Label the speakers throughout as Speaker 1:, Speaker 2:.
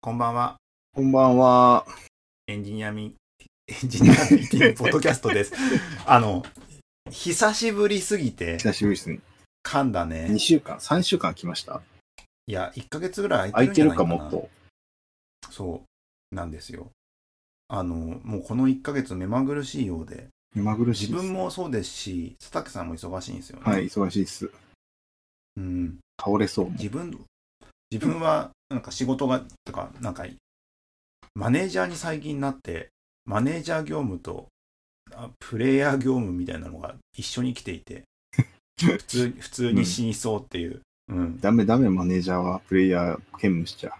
Speaker 1: こんばんは。
Speaker 2: こんばんは。
Speaker 1: エンジニアミ、エンジニアミーティングポッドキャスト です。あの、久しぶりすぎて
Speaker 2: 久しぶりですね。
Speaker 1: 噛んだ
Speaker 2: 2
Speaker 1: ね。
Speaker 2: 週間、3週間来ました。
Speaker 1: いや、1ヶ月ぐらい
Speaker 2: 空
Speaker 1: 空い
Speaker 2: いて
Speaker 1: てる
Speaker 2: る
Speaker 1: んじ
Speaker 2: か
Speaker 1: ゃない
Speaker 2: も
Speaker 1: かな。
Speaker 2: っと。
Speaker 1: そう。なんですよ。あの、もうこの1ヶ月目まぐるしいようで、
Speaker 2: 目まぐるし
Speaker 1: 自
Speaker 2: いです。
Speaker 1: 分もそうですし、佐竹さんも忙しいんですよね。
Speaker 2: はい、忙しいです。
Speaker 1: うん。
Speaker 2: 倒れそう。
Speaker 1: 自分、自分は、なんか仕事が、とか、なんか、マネージャーに最近なって、マネージャー業務と、あプレイヤー業務みたいなのが一緒に来ていて、普通普通に死にそうっていう。うん、
Speaker 2: ダメダメ、マネージャーはプレイヤー兼務しちゃ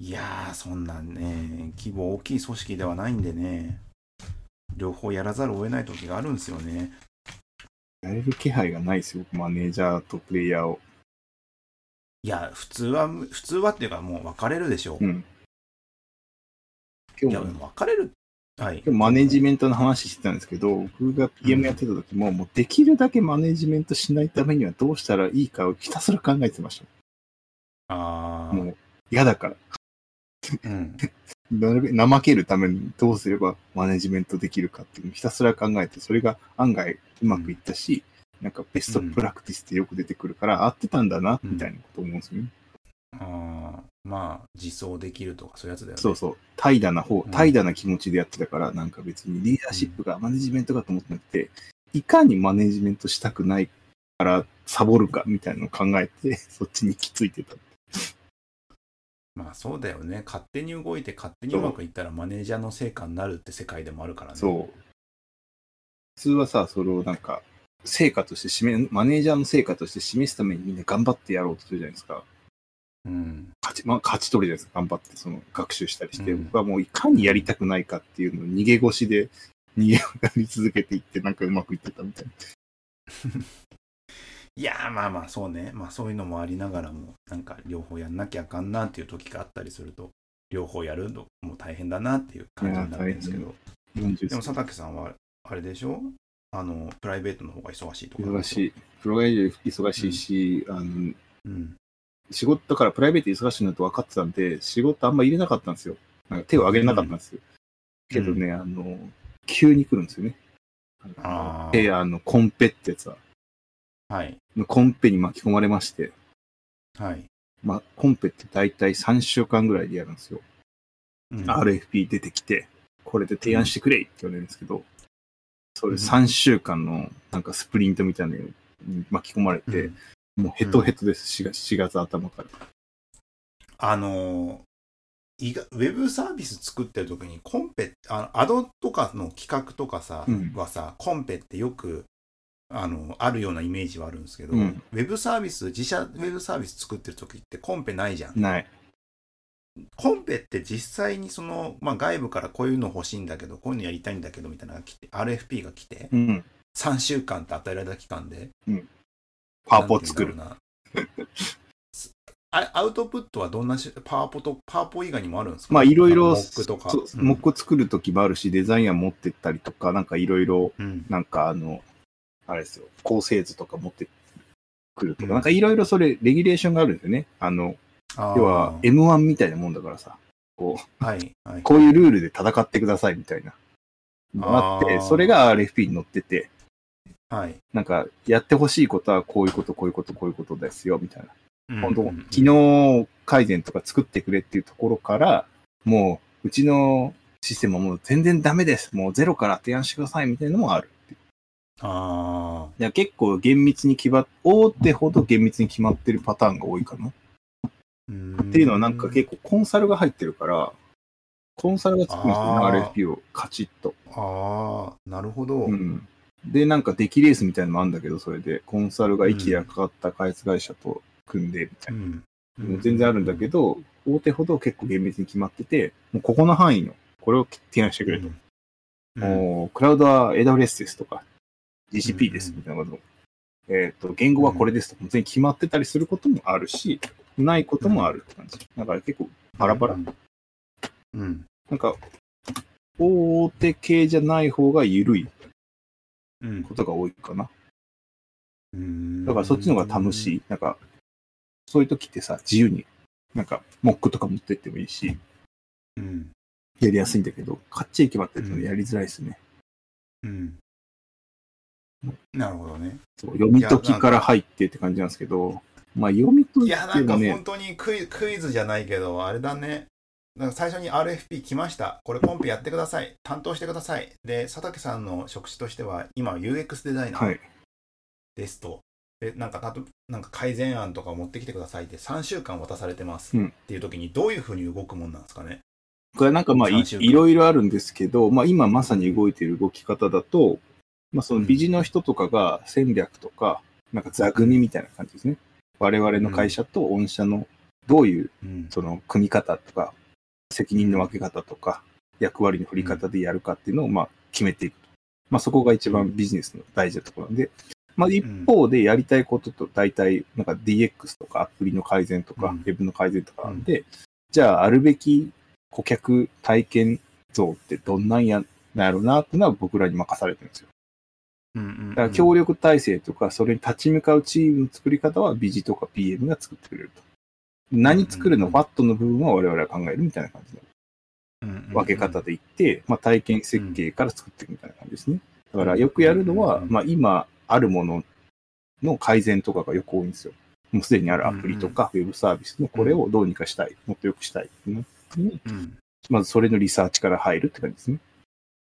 Speaker 1: いやー、そんなんね、規模大きい組織ではないんでね、両方やらざるを得ない時があるんですよね。
Speaker 2: う。やれる気配がないですよ、僕マネージャーとプレイヤーを。
Speaker 1: いや、普通は、普通はっていうか、もう別れるでしょう。
Speaker 2: うん。
Speaker 1: い
Speaker 2: 今日
Speaker 1: や、
Speaker 2: も
Speaker 1: でも別れる。はい。
Speaker 2: 今日マネージメントの話してたんですけど、僕が PM やってた時も、もうできるだけマネージメントしないためにはどうしたらいいかをひたすら考えてまし
Speaker 1: あ
Speaker 2: た。
Speaker 1: あ、
Speaker 2: もう嫌だから。
Speaker 1: うん。
Speaker 2: なるべく怠けるためにどうすればマネジメントできるかっていうのをひたすら考えて、それが案外うまくいったし、なんかベストプラクティスってよく出てくるから、合ってたんだな、
Speaker 1: うん
Speaker 2: みたいなこと思うんですよね。
Speaker 1: あーまあ、自走できるとか、そういうやつだよね。
Speaker 2: そうそう。怠惰な方
Speaker 1: う、ん
Speaker 2: 怠惰な気持ちでやってたから、なんか別にリーダーシップがマネジメントかと思ってなくて、いかにマネジメントしたくないからサボるかみたいなのを考えて、そっちにきついてた。
Speaker 1: まあ、そうだよね。勝手に動いて、勝手にうまくいったら、マネージャーの成果になるって世界でもあるからね。
Speaker 2: そう。普通はさ、それをなんか、成果として示め、マネージャーの成果として示すためにみんな頑張ってやろうとするじゃないですか。
Speaker 1: う。うん。
Speaker 2: 勝ち、まあ、勝ち取りじゃないですか。頑張って、その、学習したりして、
Speaker 1: うん
Speaker 2: 僕はもういかにやりたくないかっていうのを逃げ腰で、逃げ、やり続けていって、なんかうまくいってたみたいな。
Speaker 1: いやー、まあまあ、そうね。まあ、そういうのもありながらも、なんか、両方やんなきゃあかんなっていう時があったりすると、両方やるのも大変だなっていう感じになるんですけ
Speaker 2: いや
Speaker 1: ど。
Speaker 2: 40
Speaker 1: でも、
Speaker 2: 歳。
Speaker 1: 佐竹さんは、あれでしょあの、プライベートの方が忙しいとか。
Speaker 2: 忙し
Speaker 1: い。
Speaker 2: い。プログラム忙しいし、あの、
Speaker 1: うん。
Speaker 2: 仕事だからプライベート忙しいのと分かってたんで、仕事あんま入れなかったんですよ。なんか手を挙げれなかったんですよ。けどね、あの、急に来るんですよね。
Speaker 1: あー
Speaker 2: ペアのコンペってやつは、
Speaker 1: はい。
Speaker 2: コンペに巻き込まれまして、
Speaker 1: はい。
Speaker 2: まあ、コンペって大体3週間ぐらいでやるんですよ。
Speaker 1: うん、
Speaker 2: RFP 出てきて、これで提案してくれって言われるんですけど、それ
Speaker 1: うん
Speaker 2: 3週間のなんかスプリントみたいなのに巻き込まれ
Speaker 1: う
Speaker 2: て
Speaker 1: ん、
Speaker 2: もうヘトヘトです、4月 ,4 月頭から。
Speaker 1: あのーいがウェブサービス作ってる時にコンペあのアドとかの企画とかさ、
Speaker 2: うん
Speaker 1: はさコンペってよくあのあるようなイメージはあるんですけど、
Speaker 2: うん
Speaker 1: ウェブサービス自社ウェブサービス作ってる時ってコンペないじゃん、
Speaker 2: ない。
Speaker 1: コンペって実際にその、まあ、外部からこういうの欲しいんだけどこういうのやりたいんだけどみたいなのが来て RFP が来て
Speaker 2: うん。
Speaker 1: 3週間って与えられた期間で
Speaker 2: パワポ作る。
Speaker 1: なんていうんだろうなすあアウトプットはどんなしパワポとパワポ以外にもあるんですか
Speaker 2: まあ、いろいろ、
Speaker 1: なんかモックとか。
Speaker 2: そう
Speaker 1: うん
Speaker 2: モック作るときもあるし、デザインは持ってったりとか、なんかいろいろ、
Speaker 1: うん
Speaker 2: なんかあの、あれですよ、構成図とか持ってくるとか、
Speaker 1: うん
Speaker 2: なんかいろいろそれ、レギュレーションがあるんですよね。あの、
Speaker 1: あー
Speaker 2: 要は M1 みたいなもんだからさ、こう、
Speaker 1: はい、はい。
Speaker 2: こういうルールで戦ってくださいみたいな。あっ
Speaker 1: あ
Speaker 2: て、
Speaker 1: ー
Speaker 2: それが RFP に載ってて、
Speaker 1: はい。
Speaker 2: なんか、やってほしいことはこういうこと、こういうこと、こういうことですよ、みたいな。本当
Speaker 1: うん
Speaker 2: 機能改善とか作ってくれっていうところから、もう、うちのシステムはもう全然ダメです。もうゼロから提案してくださいみたいなのもある。
Speaker 1: あ
Speaker 2: いや結構厳密に決まっ、大手ほど厳密に決まってるパターンが多いかな。
Speaker 1: あ。っ
Speaker 2: っていうのはなんか結構コンサルが入ってるから、コンサルが作るんですよね
Speaker 1: あー、
Speaker 2: RFP をカチッと。
Speaker 1: 構。ああ、なるほど。
Speaker 2: うん。で、なんか出来レースみたいなのもあるんだけど、それで、コンサルが息がかかった開発会社と組んで、みたいな。
Speaker 1: うん。
Speaker 2: もう全然あるんだけど、大手ほど結構厳密に決まってて、もうここの範囲の、これを提案してくれと。
Speaker 1: うん
Speaker 2: もう、クラウドは AWS ですとか、GCP です
Speaker 1: うん
Speaker 2: みたいなことも。えっ、と、言語はこれですとか、もう全然決まってたりすることもあるし、ないこともあるって感じ。だから結構バラバラ
Speaker 1: う。んうん。
Speaker 2: なんか、大手系じゃない方が緩い
Speaker 1: うん
Speaker 2: ことが多いかな。
Speaker 1: うん。
Speaker 2: だからそっちの方が楽し
Speaker 1: い。
Speaker 2: い。なんか、そういう時ってさ、自由になんか、モックとか持ってってもいいし、
Speaker 1: うん。
Speaker 2: やりやすいんだけど、買っちゃいけばってやつはやりづらいですね。
Speaker 1: うん。なるほどね。
Speaker 2: そう読み解きから入ってって感じなんですけど、まあ読み解
Speaker 1: い
Speaker 2: い
Speaker 1: や、な
Speaker 2: て
Speaker 1: んか本
Speaker 2: もね、
Speaker 1: 当にクイクイズじゃないけど、あれだね。なんか最初に RFP 来ました。これコンペやってください。担当してください。で、佐竹さんの職種としては、今 UX デザイナ
Speaker 2: は
Speaker 1: ー
Speaker 2: い。
Speaker 1: ですと。でなんかたとなんか改善案とかを持ってきてくださいって3週間渡されてます、
Speaker 2: うん
Speaker 1: っていう時にどういうふうに動くもんなんですかね。
Speaker 2: これなんかまあい
Speaker 1: 三週間
Speaker 2: いろいろあるんですけど、まあ今まさに動いている動き方だと、まあその美人の人とかが戦略とか、なんか座組みたいな感じですね。我々の会社と御社のどういう
Speaker 1: うん。
Speaker 2: その組み方とか、責任の分け方とか、役割の振り方でやるかっていうのをまあ決めていくと。まあそこが一番ビジネスの大事なところなんで、まあ一方でやりたいことと大体なんか DX とかアプリの改善とか、
Speaker 1: う
Speaker 2: ウ
Speaker 1: ん
Speaker 2: ェブの改善とかなんで、じゃああるべき顧客体験像ってどんなんやなるなっていうのは僕らに任されてるんですよ。
Speaker 1: うんうんうん
Speaker 2: だから協力体制とか、それに立ち向かうチームの作り方は BG とか PM が作ってくれると。何作るの、
Speaker 1: うん
Speaker 2: ファットの部分は我々が考えるみたいな感じの分け方でいって、まあ、体験設計から作っていくみたいな感じですね。だからよくやるの
Speaker 1: うん
Speaker 2: は、
Speaker 1: うん
Speaker 2: まあ、今あるものの改善とかがよく多いんですよ。もうすでにあるアプリとかウェブサービスのこれをどうにかしたい、もっと良くしたいってなった時に
Speaker 1: うん
Speaker 2: まずそれのリサーチから入るって感じですね。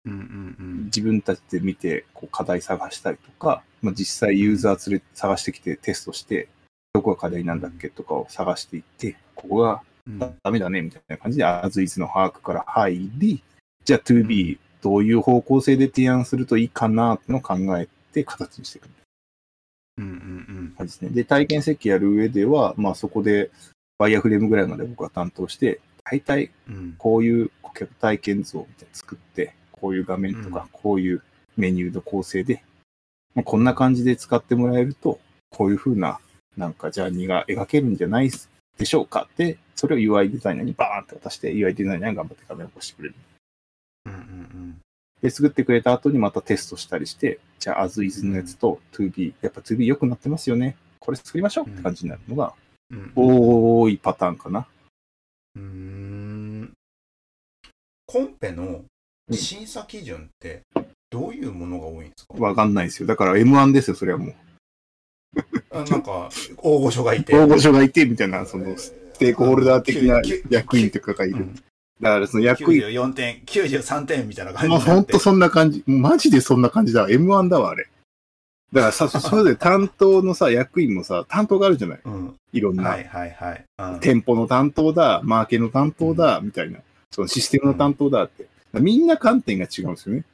Speaker 1: うんうんうん
Speaker 2: 自分たちで見てこう課題探したりとか、まあ、実際ユーザー連れ探してきてテストして、どこが課題なんだっけとかを探していって、ここが
Speaker 1: うん
Speaker 2: ダメだねみたいな感じで、アズイズの把握から入り、じゃあ 2B どういう方向性で提案するといいかなってのを考えて形にしていく
Speaker 1: うんうん
Speaker 2: 感じですね。で、体験設計やる上では、まあそこでワイヤーフレームぐらいまで僕は担当して、大体
Speaker 1: うん
Speaker 2: こういう顧客体験像みたいなの作って、こういう画面と
Speaker 1: うん
Speaker 2: か、こういうメニューの構成で、まあ、こんな感じで使ってもらえると、こういう風な、なんかジャーニーが描けるんじゃないでしょうかって、それを UI デザイナーにバーンって渡して、UI デザイナーが頑張って画面を起こしてくれる。
Speaker 1: うんうん
Speaker 2: で、作ってくれた後にまたテストしたりして、じゃあ、as is のやつと 2B、やっぱ 2B 良くなってますよね。これ作りましょうって感じになるのが、
Speaker 1: うんうん
Speaker 2: 多いパターンかな。
Speaker 1: うーんコンペの審査基準ってどういうものが多いんですか
Speaker 2: わかんないですよ。だから M1 ですよ、それはもう。
Speaker 1: あなんか大御所がいて。
Speaker 2: 大御所がいて、みたいな、その、ステークホルダー的な
Speaker 1: きゅ
Speaker 2: 役員とかがい
Speaker 1: きゅう
Speaker 2: る
Speaker 1: ん。
Speaker 2: だからその役員、
Speaker 1: 94点、93点みたいな感じ
Speaker 2: もう
Speaker 1: にな
Speaker 2: ほ
Speaker 1: っ
Speaker 2: ん
Speaker 1: て
Speaker 2: とそんな感じ。もうマジでそんな感じだわ。M1 だわ、あれ。だからさ、それぞれ担当のさ、役員もさ、担当があるじゃない
Speaker 1: うん
Speaker 2: いろん
Speaker 1: は。
Speaker 2: ない
Speaker 1: はいはい。
Speaker 2: 店舗の担当だ、マーケの担当だ、みたいな。そのシステムの担当だって。だからみんな観点が違うんですよね。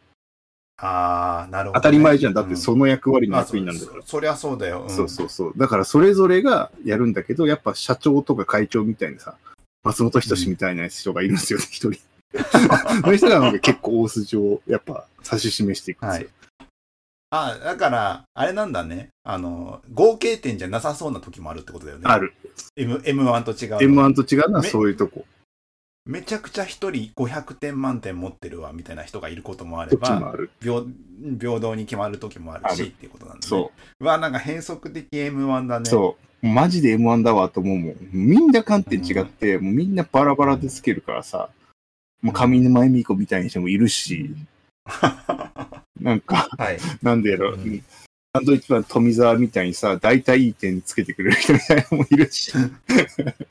Speaker 1: ああー、なるほどね。
Speaker 2: 当たり前じゃん。だって
Speaker 1: う
Speaker 2: その役割
Speaker 1: ん
Speaker 2: の
Speaker 1: まあ
Speaker 2: 役
Speaker 1: そ
Speaker 2: 員なんだから
Speaker 1: そ。そりゃそうだよ。ん
Speaker 2: そうそうそう。だからそれぞれがやるんだけど、やっぱ社長とか会長みたいなさ、松本人志みたいな人がいるんですよね、 一、人。その人がなんか結構大筋をやっぱ指し示していくんですよ。
Speaker 1: あだから、あれなんだね。あの、合計点じゃなさそうな時もあるってことだよね。
Speaker 2: ある。
Speaker 1: M、M1 と違う。
Speaker 2: M1 と違うのは
Speaker 1: め
Speaker 2: そういうとこ。
Speaker 1: めちゃくちゃ一人500点満点持ってるわ、みたいな人がいることもあ
Speaker 2: ど
Speaker 1: れ
Speaker 2: っちも
Speaker 1: ば、
Speaker 2: ある。
Speaker 1: 平平等に決まる時もあるし、
Speaker 2: ある
Speaker 1: っていうことなんだね。。
Speaker 2: そう
Speaker 1: わ、なんか変則的 M1 だ
Speaker 2: う。
Speaker 1: ね。
Speaker 2: そう。マジで M1 だわと思うもん。みんな観点違って、もうみんなバラバラでつけるからさ、もう上沼恵美子みたいな人もいるし、
Speaker 1: は
Speaker 2: なんか、
Speaker 1: い。
Speaker 2: なんでやろう、
Speaker 1: うん
Speaker 2: サンドイッチマン富澤みたいにさ、大体いい点つけてくれる人みたいなのもいるし。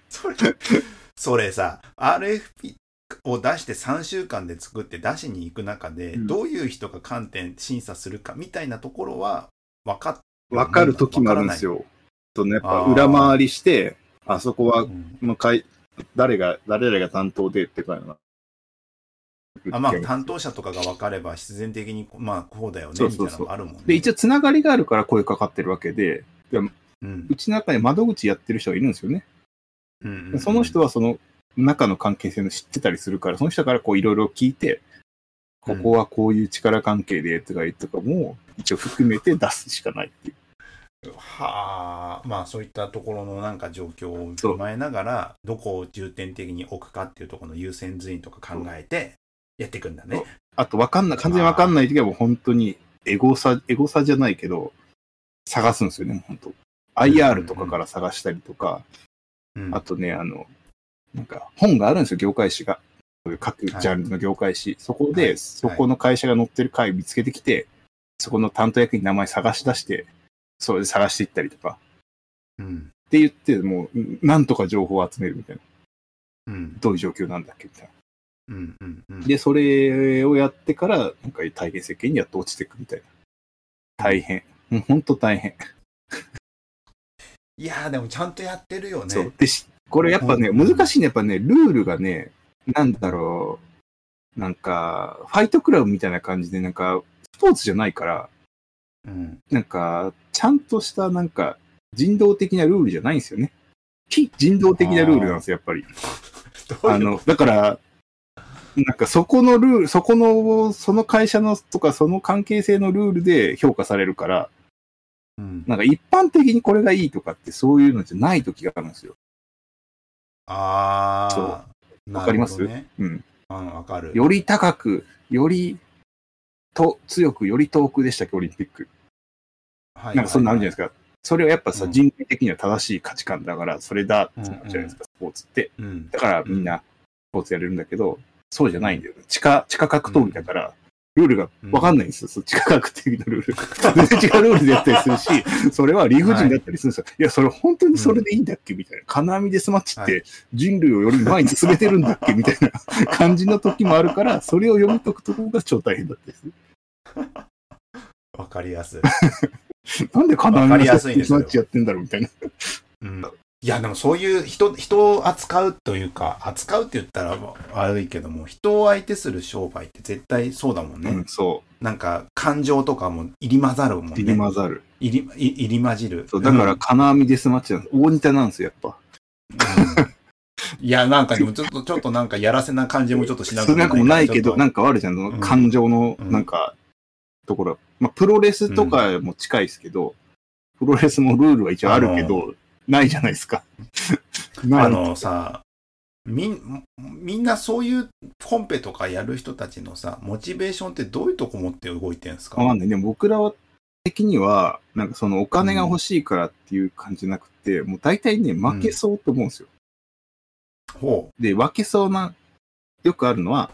Speaker 1: それ、それさ、RFP を出して3週間で作って出しに行く中で、
Speaker 2: うん
Speaker 1: どういう人が観点審査するかみたいなところは分かっ
Speaker 2: わかる時もあるんですよ。そのやっぱ
Speaker 1: あー
Speaker 2: 裏回りして、あそこは、
Speaker 1: うん
Speaker 2: まあかい誰が、誰々が担当でって感じな。
Speaker 1: あまあ、担当者とかが分かれば必然的に、まあ、こうだよね、
Speaker 2: そう
Speaker 1: みた
Speaker 2: そ
Speaker 1: いうな
Speaker 2: そう
Speaker 1: のがあるもんね。
Speaker 2: で、一応つながりがあるから声かかってるわけで、
Speaker 1: うん
Speaker 2: うちの中で窓口やってる人がいるんですよね。
Speaker 1: うんうん
Speaker 2: その人はその中の関係性の知ってたりするから、その人からこういろいろ聞いて、ここはこういう力関係でとかいうとかも一応含めて出すしかないっていう。
Speaker 1: はあ、まあ、そういったところのなんか状況を踏まえながら、どこを重点的に置くかっていうところの優先順位とか考えてやっていくんだね。
Speaker 2: あと、わかんない、完全にわかんない時はもう本当に、エゴサ、エゴサじゃないけど、探すんですよね、本当。IR とかから探したりとか、
Speaker 1: うん
Speaker 2: あとね、あの、なんか本があるんですよ、業界誌が。そういう各ジャンルの業界誌。そこ
Speaker 1: は
Speaker 2: で、
Speaker 1: い
Speaker 2: そこの会社が載ってる回見つけてきて、そこの担当役に名前探し出して、それで探していったりとか。
Speaker 1: うん。
Speaker 2: って言って、もう、んなんとか情報を集めるみたいな。
Speaker 1: うん。
Speaker 2: どういう状況なんだっけみたい
Speaker 1: うん。うん。うん
Speaker 2: な。で、それをやってから、なんか体験設計にやっと落ちていくみたいな。大変。もうほんと大変。
Speaker 1: いやー、でもちゃんとやってるよね。
Speaker 2: そう。でし、これやっぱね、
Speaker 1: うん
Speaker 2: 難しいね。やっぱね、ルールがね、なんだろう。なんか、ファイトクラブみたいな感じで、なんか、スポーツじゃないから、
Speaker 1: うん。
Speaker 2: なんか、ちゃんとした、なんか、人道的なルールじゃないんですよね。非人道的なルールなんですよ、やっぱり。
Speaker 1: どう
Speaker 2: あ
Speaker 1: いう
Speaker 2: の、だから、なんかそこのルール、そこの、その会社のとか、その関係性のルールで評価されるから、
Speaker 1: うん
Speaker 2: なんか一般的にこれがいいとかってそういうのじゃない時があるんですよ。
Speaker 1: ああ。
Speaker 2: そ
Speaker 1: な
Speaker 2: わかり
Speaker 1: る
Speaker 2: ま
Speaker 1: ほ
Speaker 2: す
Speaker 1: どね
Speaker 2: うん。
Speaker 1: うん、わかる。
Speaker 2: より高く、より、と、強く、より遠くでしたっけ、オリンピック。
Speaker 1: はい
Speaker 2: なんかそんなのあるじゃないですすか。それはやっぱさ、
Speaker 1: うん
Speaker 2: 人類的には正しい価値観だから、それだ、って
Speaker 1: うん
Speaker 2: なるじゃないですか、スポーツって。
Speaker 1: か。うん。
Speaker 2: だからみんなスポーツやれるんだけど、そうじゃないんだよね。地下、地下格闘技だから、ルールがわかんないんですよ。そう地下格闘技のルール。全然違うルールでやったりするし、 それは理不尽だったりするんですよ。い、や、それ本当にそれでいいんだっけみたいな。金網でスマッチっ
Speaker 1: は
Speaker 2: て人類をより前に進めてるんだっけみたいな 感じの時もあるから、それを読み解くところが超大変だったりする。
Speaker 1: わかりや すい。
Speaker 2: なんで金
Speaker 1: わか
Speaker 2: 網
Speaker 1: り
Speaker 2: で
Speaker 1: や
Speaker 2: ス
Speaker 1: す
Speaker 2: マ
Speaker 1: いんですよ
Speaker 2: ッチやってんだろうみたいな。
Speaker 1: うん。いや、でもそういう人、人を扱うというか、扱うって言ったら悪いけども、人を相手する商売って絶対そうだもんね。
Speaker 2: うん、そ
Speaker 1: なんか、感情とかも入り混ざるもんね。
Speaker 2: う。入り混ざる。
Speaker 1: 入りい入り混じる。
Speaker 2: そう、だか
Speaker 1: う
Speaker 2: ら
Speaker 1: ん、
Speaker 2: 金網でスマッチなんです。大似たなんですよ、やっぱ。
Speaker 1: いや、なんかでもちょっと、ちょっとなんかやらせな感じもちょっとしな
Speaker 2: 少なくもないけど、
Speaker 1: な
Speaker 2: なん
Speaker 1: か
Speaker 2: んかあるじゃん、そ
Speaker 1: うん
Speaker 2: の感情の、
Speaker 1: うん
Speaker 2: なんか、ところ。まあ、プロレスとかも近いですけど、プロレスもルールは一応あるけど、ないじゃないですか。ない
Speaker 1: あのさ、みん、みんなそういうコンペとかやる人たちのさ、モチベーションってどういうとこ持って動いてんすか
Speaker 2: わかんない。でも僕らは、的には、なんかそのお金が欲しいからっていう感じじゃなくて、もう大体ね、負けそうと思うんですよ。
Speaker 1: ほ
Speaker 2: で、負けそうな、よくあるのは、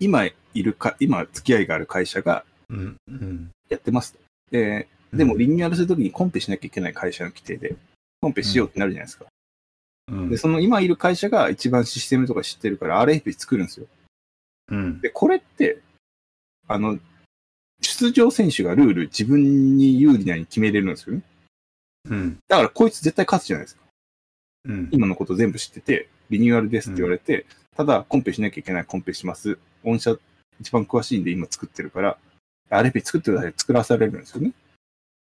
Speaker 2: 今いるか、今付き合いがある会社が
Speaker 1: う。うん。うん。
Speaker 2: やってますと。で、でもリニューアルするときにコンペしなきゃいけない会社の規定で、コンペしようってなるじゃないですか。
Speaker 1: うん
Speaker 2: で、その今いる会社が一番システムとか知ってるから RFP 作るんですよ。
Speaker 1: うん。
Speaker 2: で、これって、あの、出場選手がルール自分に有利なように決めれるんですよね。
Speaker 1: うん。
Speaker 2: だからこいつ絶対勝つじゃないですか。
Speaker 1: うん。
Speaker 2: 今のこと全部知ってて、リニューアルですって言われて、ただコンペしなきゃいけないコンペします。御社一番詳しいんで今作ってるから、RFP 作ってくださいって作らされるんですよね。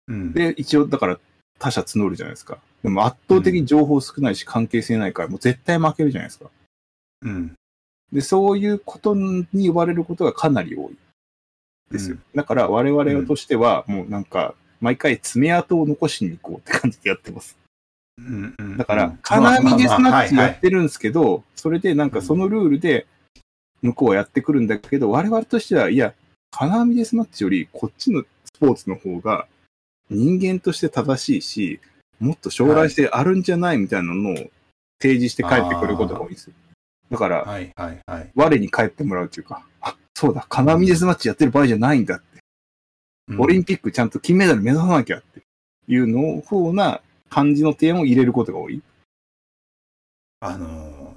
Speaker 1: うん。
Speaker 2: で、一応だから他社募るじゃないですか。でも圧倒的に情報少ないし関係性ないから、もう絶対負けるじゃないですか。
Speaker 1: うん。
Speaker 2: で、そういうことに言われることがかなり多いですよ。だから我々としては、もうなんか、毎回爪痕を残しに行こうって感じでやってます。
Speaker 1: うん。うん。
Speaker 2: だから、金網でスナッチやっ
Speaker 1: い。
Speaker 2: てるんですけど、それでなんかそのルールで向こうはやってくるんだけど、我々としては、いや、金網でスナッチよりこっちのスポーツの方が人間として正しいし、もっと将来性あるんじゃないみたいなのを提示して帰ってくることが多いんですよ。だから、
Speaker 1: はいはいはい。
Speaker 2: 我に帰ってもらうというか、あ、そうだ、金網でスナッチやってる場合じゃないんだって、オリンピックちゃんと金メダル目指さなきゃっていうのを、ふうな感じの提案を入れることが多い。
Speaker 1: あのー、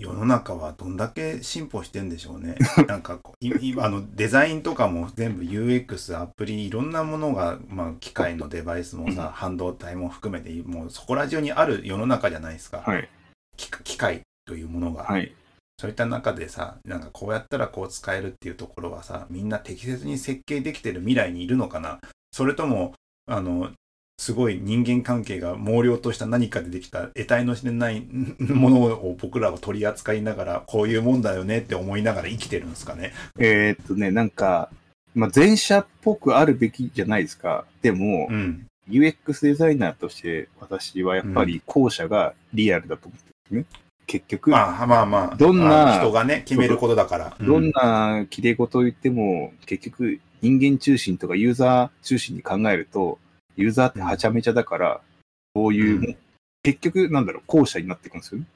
Speaker 1: 世の中はどんだけ進歩してんでしょう ね。なんかこう、い今あのデザインとかも全部 UX、アプリ、いろんなものが、まあ、機械のデバイスも
Speaker 2: うん
Speaker 1: さ、半導体も含めて、もうそこら中にある世の中じゃないですか。
Speaker 2: はい。
Speaker 1: 機機械というものが。
Speaker 2: はい。
Speaker 1: そういった中でさ、なんかこうやったらこう使えるっていうところはさ、みんな適切に設計できてる未来にいるのかなそれとも、あの、すごい人間関係が毛量とした何かでできた得体の知れない んものを僕らは取り扱いながら、こういうもんだよねって思いながら生きてるんですかね。
Speaker 2: えーっとね、なんか、まあ、前者っぽくあるべきじゃないですか。でも、
Speaker 1: うん。
Speaker 2: UX デザイナーとして私はやっぱり後者がリアルだと思ってるね。結局、
Speaker 1: まあまあまあ、
Speaker 2: どんな
Speaker 1: あの人がね、決めることだから。
Speaker 2: どん
Speaker 1: な、
Speaker 2: な綺麗事を言っても、結局人間中心とかユーザー中心に考えると、ユーザーってはちゃめちゃだから、こういう、
Speaker 1: う
Speaker 2: 結局なんだろう、後者になっていくんですよね。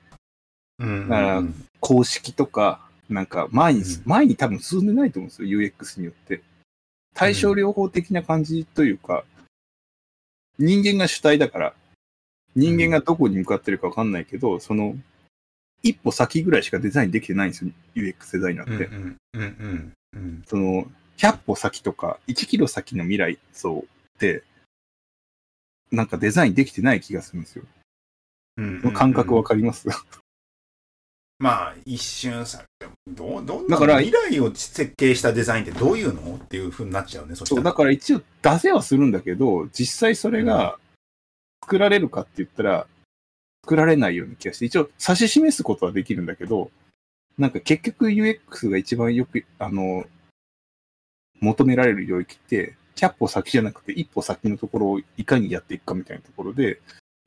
Speaker 1: うん
Speaker 2: だから
Speaker 1: うん
Speaker 2: 公式とか、なんか前に、
Speaker 1: うん
Speaker 2: 前に多分進んでないと思うんですよ、UX によって。対症療法的な感じというか、人間が主体だから、人間がどこに向かってるかわかんないけど、その、一歩先ぐらいしかデザインできてないんですよ、UX デザイナー
Speaker 1: う
Speaker 2: っ
Speaker 1: ん
Speaker 2: て。
Speaker 1: うんうんうん
Speaker 2: その、100歩先とか、1キロ先の未来像って、なんかデザインできてない気がするんですよ。
Speaker 1: うん
Speaker 2: その感覚わかります、
Speaker 1: まあ一瞬さどうどんな
Speaker 2: だから
Speaker 1: 未来を設計したデザインってどういうのっていうふうになっちゃうねそし
Speaker 2: そう、
Speaker 1: た
Speaker 2: だ
Speaker 1: ら
Speaker 2: から一応出せはするんだけど、実際それが作られるかって言ったら、作られないような気がして、一応指し示すことはできるんだけど、なんか結局 UX が一番よく、あの、求められる領域って、100歩先じゃなくて1歩先のところをいかにやっていくかみたいなところで、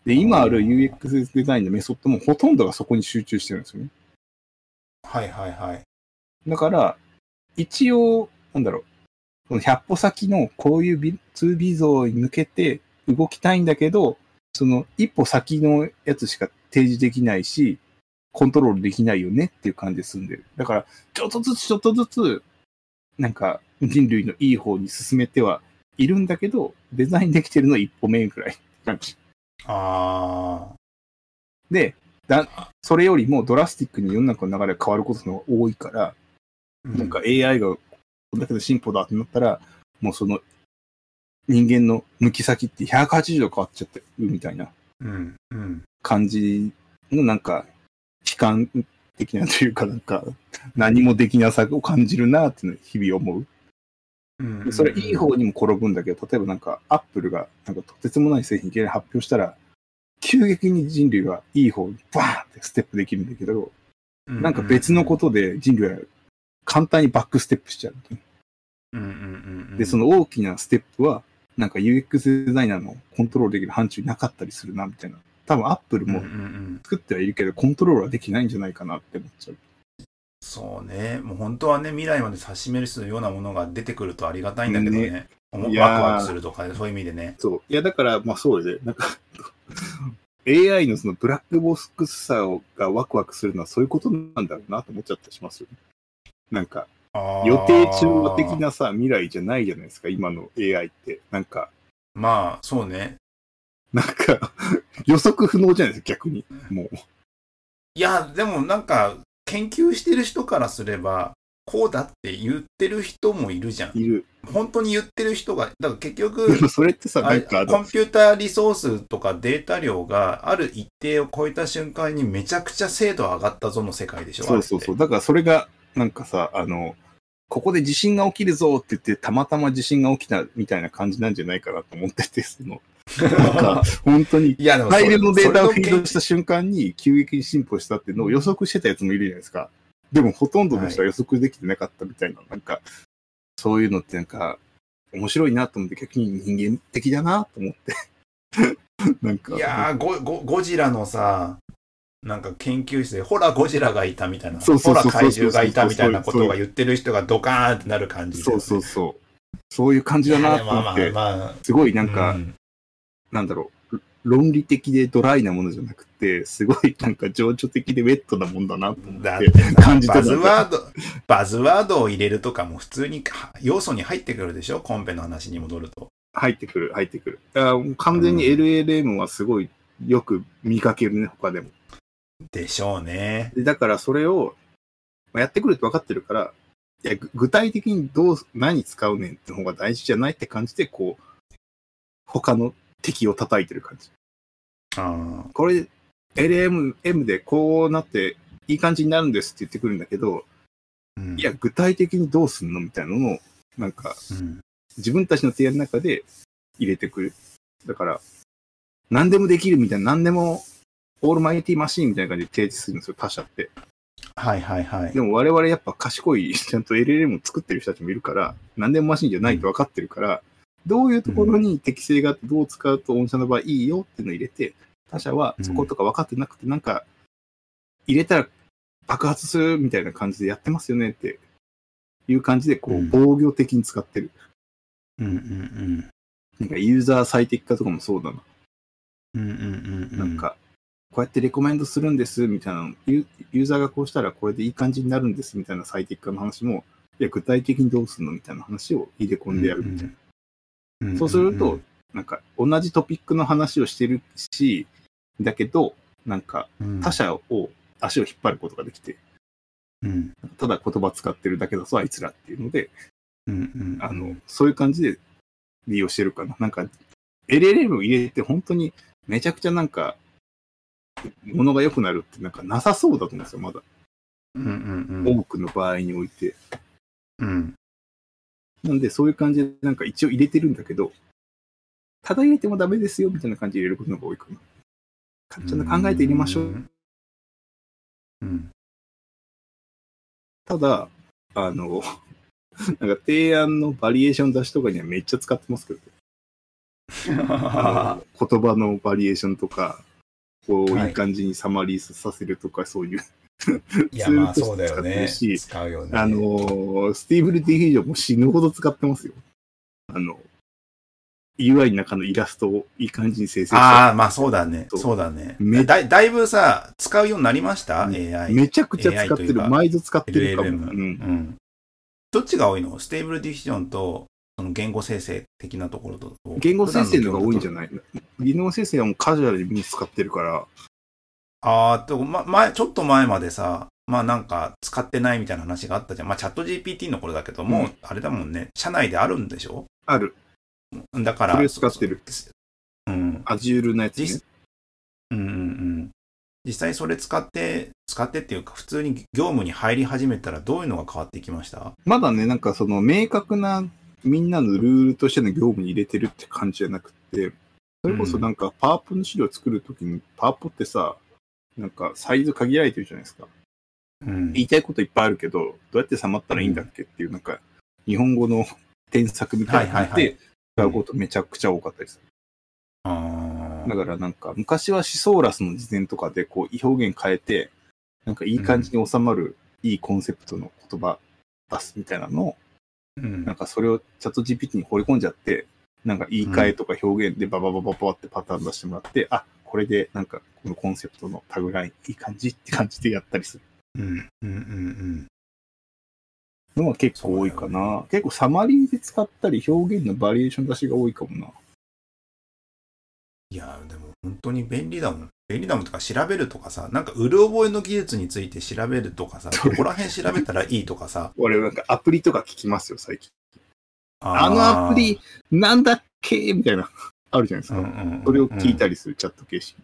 Speaker 2: で、今ある UX デザインのメソッドもほとんどがそこに集中してるんですよね。
Speaker 1: はいはいはい
Speaker 2: だから、一応、なんだろう、この100歩先のこういうビ 2B 像に向けて動きたいんだけど、その一歩先のやつしか提示できないし、コントロールできないよねっていう感じで済んでる。だから、ちょっとずつちょっとずつ、なんか人類のいい方に進めてはいるんだけど、デザインできてるのは一歩目ぐらい。なんか
Speaker 1: ああ
Speaker 2: でだ、それよりもドラスティックに世の中の流れが変わることの方が多いから、なんか AI がこんだけの進歩だってなったら、もうその人間の向き先って180度変わっちゃってるみたいな
Speaker 1: うんうん
Speaker 2: 感じのなんか悲観的なというかなんか何もできなさを感じるなっていうのを日々思う。
Speaker 1: うん
Speaker 2: でそれいい方にも転ぶんだけど、例えばなんかアップルがなんかとてつもない製品いきなり発表したら、急激に人類がいい方にバーンってステップできるんだけど、なんか別のことで人類は簡単にバックステップしちゃう。
Speaker 1: うんうんうんうん
Speaker 2: で、その大きなステップは、なんか UX デザイナーのコントロールできる範疇になかったりするな、みたいな。多分 Apple
Speaker 1: うんうん
Speaker 2: も
Speaker 1: うん
Speaker 2: 作ってはいるけど、コントロールはできないんじゃないかなって思っちゃう。
Speaker 1: そうねもう本当はね未来まで差し示すようなものが出てくるとありがたいんだけどねおも
Speaker 2: いやー
Speaker 1: ワクワクするとかねそういう意味でね
Speaker 2: そう。いや、だから、まあそうで、なんか、AI のそのブラックボックスさがワクワクするのはそういうことなんだろうなと思っちゃったりしますよね。なんか、予定調和的なさ、未来じゃないじゃないですか、今の AI って。なんか、
Speaker 1: まあそうね
Speaker 2: なんか、予測不能じゃないですか、逆に。もう。
Speaker 1: いやでもなんか研究してる人からすればこうだって言ってる人もいるじゃん
Speaker 2: いる。
Speaker 1: 本当に言ってる人がだから結
Speaker 2: で
Speaker 1: 局
Speaker 2: もそれってさ、
Speaker 1: あ
Speaker 2: な
Speaker 1: れ
Speaker 2: んかあの、
Speaker 1: コンピューターリソースとかデータ量がある一定を超えた瞬間にめちゃくちゃ精度上がったぞの世界でしょ
Speaker 2: そうそうそう。だからそれが、なんかさ、あの、ここで地震が起きるぞって言って、たまたま地震が起きたみたいな感じなんじゃないかなと思ってて、その、
Speaker 1: う
Speaker 2: なんか、本当に、
Speaker 1: いやでもそ
Speaker 2: 大
Speaker 1: れ
Speaker 2: 量のデータを
Speaker 1: そ
Speaker 2: フ
Speaker 1: れ
Speaker 2: ィ
Speaker 1: の
Speaker 2: ードした瞬間に急激に進歩したっていうのを予測してたやつもいるじゃないですか。でもほとんどの人は予測できてなかったみたいな、なんか、そういうのってなんか、面白いなと思って、逆に人間的だなと思って。 なんか、
Speaker 1: いやーゴゴゴジラのさなんか研究室でほらゴジラがいたみたいな
Speaker 2: そうそ
Speaker 1: ほ
Speaker 2: う
Speaker 1: ら
Speaker 2: そう
Speaker 1: 怪獣がいたみたいなこ
Speaker 2: そ
Speaker 1: と
Speaker 2: うそう
Speaker 1: が
Speaker 2: そう
Speaker 1: 言ってる人がドカーンってなる感じ
Speaker 2: そうそうそう。そういう感じだなと
Speaker 1: まあ
Speaker 2: 思
Speaker 1: ま
Speaker 2: っ
Speaker 1: あ
Speaker 2: て、
Speaker 1: まあ
Speaker 2: すごいなんか、
Speaker 1: う
Speaker 2: なんだろう、論理的でドライなものじゃなくて、すごいなんか情緒的でウェットなもんだなと思
Speaker 1: だ
Speaker 2: っ
Speaker 1: っててさ
Speaker 2: 感じてた
Speaker 1: バズワード、バズワードを入れるとかも普通にか要素に入ってくるでしょコンペの話に戻ると。
Speaker 2: 入ってくる、入ってくる。あー完全に
Speaker 1: う
Speaker 2: LLM はすごいよく見かけるね、他でも。
Speaker 1: でしょうね。
Speaker 2: でだからそれをまあやってくるって分かってるから、いや、ぐ具体的にどう、何使うねんって方が大事じゃないって感じで、こう、他の敵を叩いてる感じ。
Speaker 1: あ
Speaker 2: これ、LLM でこうなって、いい感じになるんですって言ってくるんだけど、
Speaker 1: ーうん
Speaker 2: いや、具体的にどうすんのみたいなのを、なんか、
Speaker 1: うん
Speaker 2: 自分たちの提案の中で入れてくる。だから、何でもできるみたいな、何でも、オールマイティマシーンみたいな感じで提示するんですよ、他社って。
Speaker 1: はいはいはい
Speaker 2: で。も我々やっぱ賢い、 ちゃんと LLM を作ってる人たちもいるから、何でもマシンじゃないと分かってるから、どういうところに適性があって、どう使うと御社の場合いいよっていうのを入れて、他社はそことか分かってなくて、なんか、入れたら爆発するみたいな感じでやってますよねっていう感じで、こ
Speaker 1: う
Speaker 2: う、
Speaker 1: ん
Speaker 2: 防御的に使ってる。
Speaker 1: うんうん
Speaker 2: なんかユーザー最適化とかもそうだな。
Speaker 1: うん。うんうんうん。
Speaker 2: なん、か、こうやってレコメンドするんですみたいなのユ、ユーザーがこうしたらこれでいい感じになるんですみたいな最適化の話も、いや、具体的にどうするのみたいな話を入れ込んでやるみたいな。
Speaker 1: うんうん
Speaker 2: そうすると、なんか同じトピックの話をしてるし、だけど、なんか
Speaker 1: うん
Speaker 2: 他者を足を引っ張ることができて、
Speaker 1: うん
Speaker 2: ただ言葉使ってるだけだぞ、あいつらっていうので、
Speaker 1: うんうん
Speaker 2: あの、そういう感じで利用してるかな。なんか、LLM を入れて本当にめちゃくちゃなんか、ものが良くなるってなんかなさそうだと思うんですよ、まだ。
Speaker 1: うんうんうん
Speaker 2: 多くの場合において。
Speaker 1: うん
Speaker 2: なんで、そういう感じでなんか一応入れてるんだけど、ただ入れてもダメですよ、みたいな感じで入れることの方が多いかな。ちゃんと考えて入れましょう。
Speaker 1: うん
Speaker 2: ただ、あの、 なんか提案のバリエーション出しとかにはめっちゃ使ってますけど、あの言葉のバリエーションとか、こう
Speaker 1: はい
Speaker 2: いい感じにサマリーさせるとか、そういう、
Speaker 1: いやまあ
Speaker 2: ツー
Speaker 1: そ
Speaker 2: ル
Speaker 1: う
Speaker 2: と
Speaker 1: だ
Speaker 2: し
Speaker 1: よね
Speaker 2: て使ってるし
Speaker 1: 使うよね
Speaker 2: あのースティーブル・ディフィージョンも死ぬほど使ってますよ。あの、UI の中のイラストをいい感じに生成して、
Speaker 1: ああまあそうだね
Speaker 2: そう
Speaker 1: そうだね
Speaker 2: め
Speaker 1: だいだいぶさ使うようになりました
Speaker 2: うん
Speaker 1: AI
Speaker 2: めちゃくちゃ使っ
Speaker 1: と
Speaker 2: て
Speaker 1: いう
Speaker 2: る。
Speaker 1: か
Speaker 2: 毎度使ってるか
Speaker 1: LLM
Speaker 2: も。うん
Speaker 1: うんどっちが多いのステーブルディフィジョンとその言語生成的なところと
Speaker 2: 言語生成の方が多いんじゃ
Speaker 1: ない
Speaker 2: ない技能生成はもうカジュアルに使ってるから、
Speaker 1: あーっと、ま、前、ちょっと前までさ、まあなんか使ってないみたいな話があったじゃん。まあチャット GPT の頃だけども、
Speaker 2: うん
Speaker 1: あれだもんね、社内であるんでしょ
Speaker 2: ある。
Speaker 1: だから。
Speaker 2: それを使ってる
Speaker 1: そ。うん。
Speaker 2: Azure のやつ、ね
Speaker 1: 実。うんうんうん。実際それ使って、使ってっていうか、普通に業務に入り始めたらどういうのが変わってきました
Speaker 2: まだね、なんかその明確なみんなのルールとしての業務に入れてるって感じじゃなくて、それこそなんかパワーポの資料作るときに、パワーポってさ、なんかサイズ限られてるじゃないですか。
Speaker 1: うん。
Speaker 2: 言いたいこといっぱいあるけど、どうやって収まったらいいんだっけっていう、なんか日本語の添削みたいなの
Speaker 1: はいはいは
Speaker 2: で使うことめちゃくちゃ多かったです。
Speaker 1: あ
Speaker 2: だ
Speaker 1: ー
Speaker 2: からなんか昔はシソーラスの事前とかでこう表現変えて、なんかいい感じに収まるいいコンセプトの言葉出すみたいなのを
Speaker 1: うん
Speaker 2: なんかそれをチャット GPT に放り込んじゃって、なんか言い換えとか表現でババババババってパターン出してもらって、あ、これでなんかこのコンセプトのタグラインいい感じって感じでやったりする
Speaker 1: うんうんうん
Speaker 2: のは結構多いか
Speaker 1: そうだ
Speaker 2: な。結構サマリーで使ったり表現のバリエーション出しが多いかもな。
Speaker 1: いやーでも本当に便利だもん。便利だもんとか調べるとかさ、なんかうる覚えの技術について調べるとかさ、
Speaker 2: そ
Speaker 1: こ
Speaker 2: れ
Speaker 1: こら辺調べたらいいとかさ。
Speaker 2: 俺なんかアプリとか聞きますよ、最近。
Speaker 1: あ
Speaker 2: あ
Speaker 1: ー
Speaker 2: のアプ、リなんだっけみたいな、 あるじゃないです
Speaker 1: うん
Speaker 2: か。
Speaker 1: うんうんうん
Speaker 2: それを聞いたりする、チャット形式。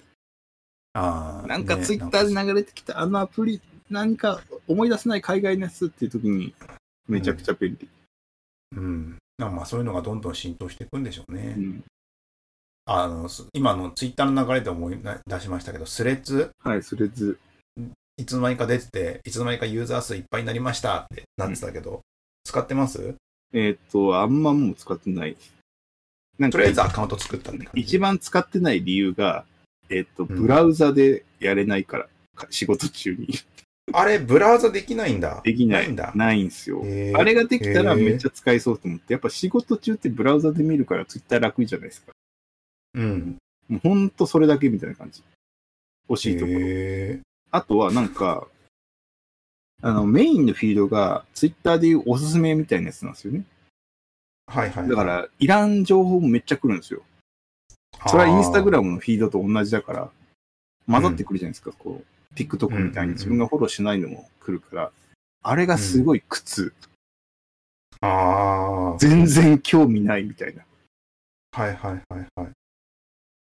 Speaker 1: あー
Speaker 2: なんか
Speaker 1: ね
Speaker 2: ツイッターで流れてきたあのアプリ、何か思い出せない海外のやつっていう時にめちゃくちゃ便利。
Speaker 1: うん。なんかまあそういうのがどんどん浸透していくんでしょうね。
Speaker 2: うん
Speaker 1: あの、す今のツイッターの流れで思いな出しましたけど、スレッズ、
Speaker 2: はい、それず。
Speaker 1: いつの間にか出てて、いつの間にかユーザー数いっぱいになりましたってなってたけど、使ってます
Speaker 2: えーっと、あんまもう使ってない。なん
Speaker 1: と
Speaker 2: か
Speaker 1: りあえずアカウント作ったって感じ。
Speaker 2: 一番使ってない理由が、えーっと、
Speaker 1: ん
Speaker 2: ブラウザでやれないから、か仕事中に。
Speaker 1: あれ、ブラウザできないんだ。
Speaker 2: できない。
Speaker 1: んだ。
Speaker 2: ないんすよ。
Speaker 1: へー
Speaker 2: あれができたら
Speaker 1: へー
Speaker 2: めっちゃ使えそうと思って、やっぱ仕事中ってブラウザで見るからツイッター楽じゃないですか。
Speaker 1: うん。
Speaker 2: もうほんとそれだけみたいな感じ。惜しいところ。
Speaker 1: へ
Speaker 2: あとはなんか、あの、メインのフィードがツイッターでいうおすすめみたいなやつなんですよね。
Speaker 1: ーはいはい。
Speaker 2: だから、いらん情報もめっちゃ来るんですよ。それはインスタグ
Speaker 1: ム。
Speaker 2: ラムのフィードと同じだから、混ざってくるじゃないですか、こう、TikTok みたいに自分がフォローしないのも来るから、あれがすごい苦痛。
Speaker 1: ああ。
Speaker 2: 全然興味ないみたいな。
Speaker 1: はいはいはいはい。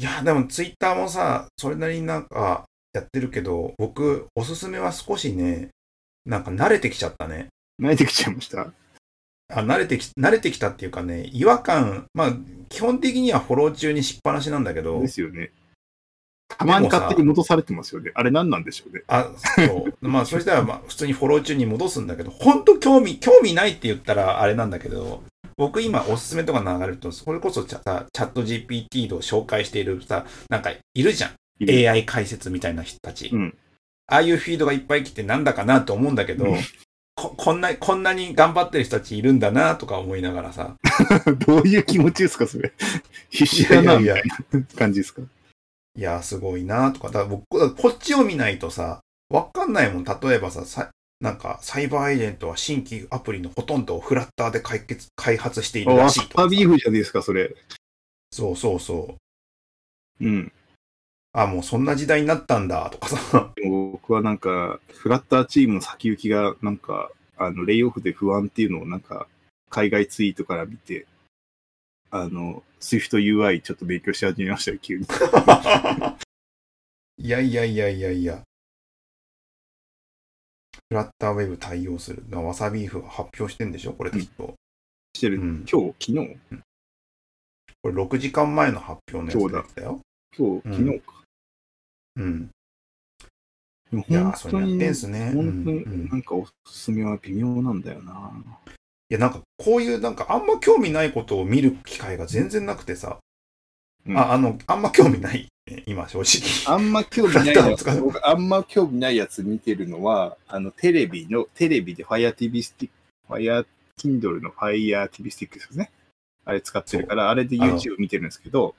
Speaker 1: いや、でもツイッターもさ、それなりになんかやってるけど、僕、おすすめは少しね、なんか慣れてきちゃったね。
Speaker 2: 慣れてきちゃいました。
Speaker 1: あ慣れてき、慣れてきたっていうかね、違和感、まあ、基本的にはフォロー中にしっぱなしなんだけど
Speaker 2: で、すよね。たまに勝手に戻されてますよね。あれ何なんでしょうね。
Speaker 1: あ、そう。 まあ、そしたら、まあ、普通にフォロー中に戻すんだけど、本当興味、興味ないって言ったらあれなんだけど、僕今おすすめとか流れると、それこそチャさチャット GPT を紹介しているさ、なんかいるじゃん。
Speaker 2: いる
Speaker 1: AI 解説みたいな人たち。
Speaker 2: うん
Speaker 1: ああいうフィードがいっぱい来てなんだかなと思うんだけど、
Speaker 2: うん
Speaker 1: ここんな、こんなに頑張ってる人たちいるんだなとか思いながらさ。
Speaker 2: どういう気持ちですか、それ。必死だな、みたいな感じですか。
Speaker 1: いやーすごいなーとか、だから僕、だからこっちを見ないとさ、わかんないもん。例えばさ、さなんか、サイバーエージェントは新規アプリのほとんどをフラッターで解決、開発しているら
Speaker 2: ワ
Speaker 1: しい
Speaker 2: ッ
Speaker 1: とか
Speaker 2: パ
Speaker 1: さ
Speaker 2: ビーフじゃないですか、それ。
Speaker 1: そうそうそう。
Speaker 2: うん。
Speaker 1: あ、もうそんな時代になったんだ、とかさ。
Speaker 2: でも僕はなんか、フラッターチームの先行きが、なんか、あの、レイオフで不安っていうのをなんか、海外ツイートから見て、あの、SwiftUI ちょっと勉強し始めましたよ、急に。
Speaker 1: いやいやいやいやいや。フラッターウェブ対応する。まあワサビーフが発表してんでしょこれきっと。
Speaker 2: してる。
Speaker 1: うん
Speaker 2: 今日、昨日
Speaker 1: これ6時間前の発表のやつだったよ。
Speaker 2: 今日、
Speaker 1: うん
Speaker 2: 昨日か。
Speaker 1: うん。
Speaker 2: でも
Speaker 1: いやー、
Speaker 2: 本
Speaker 1: そ
Speaker 2: 当
Speaker 1: れやっ
Speaker 2: に
Speaker 1: て
Speaker 2: ね、
Speaker 1: んすね。
Speaker 2: 本当
Speaker 1: うんうん
Speaker 2: に、なんかおすすめは微妙なんだよな。
Speaker 1: いや、なんか、こういう、なんか、あんま興味ないことを見る機会が全然なくてさ。
Speaker 2: うん
Speaker 1: あ、あの、あんま興味ない、 ね今、正直。
Speaker 2: あんま興味ないやつ
Speaker 1: 使う、
Speaker 2: 僕あんま興味ないやつ見てるのは、あの、テレビの、テレビで Fire TV スティック、Fire Kindle の Fire TV スティックですよね。あれ使ってるから、あれで
Speaker 1: あの
Speaker 2: YouTube 見てるんですけど、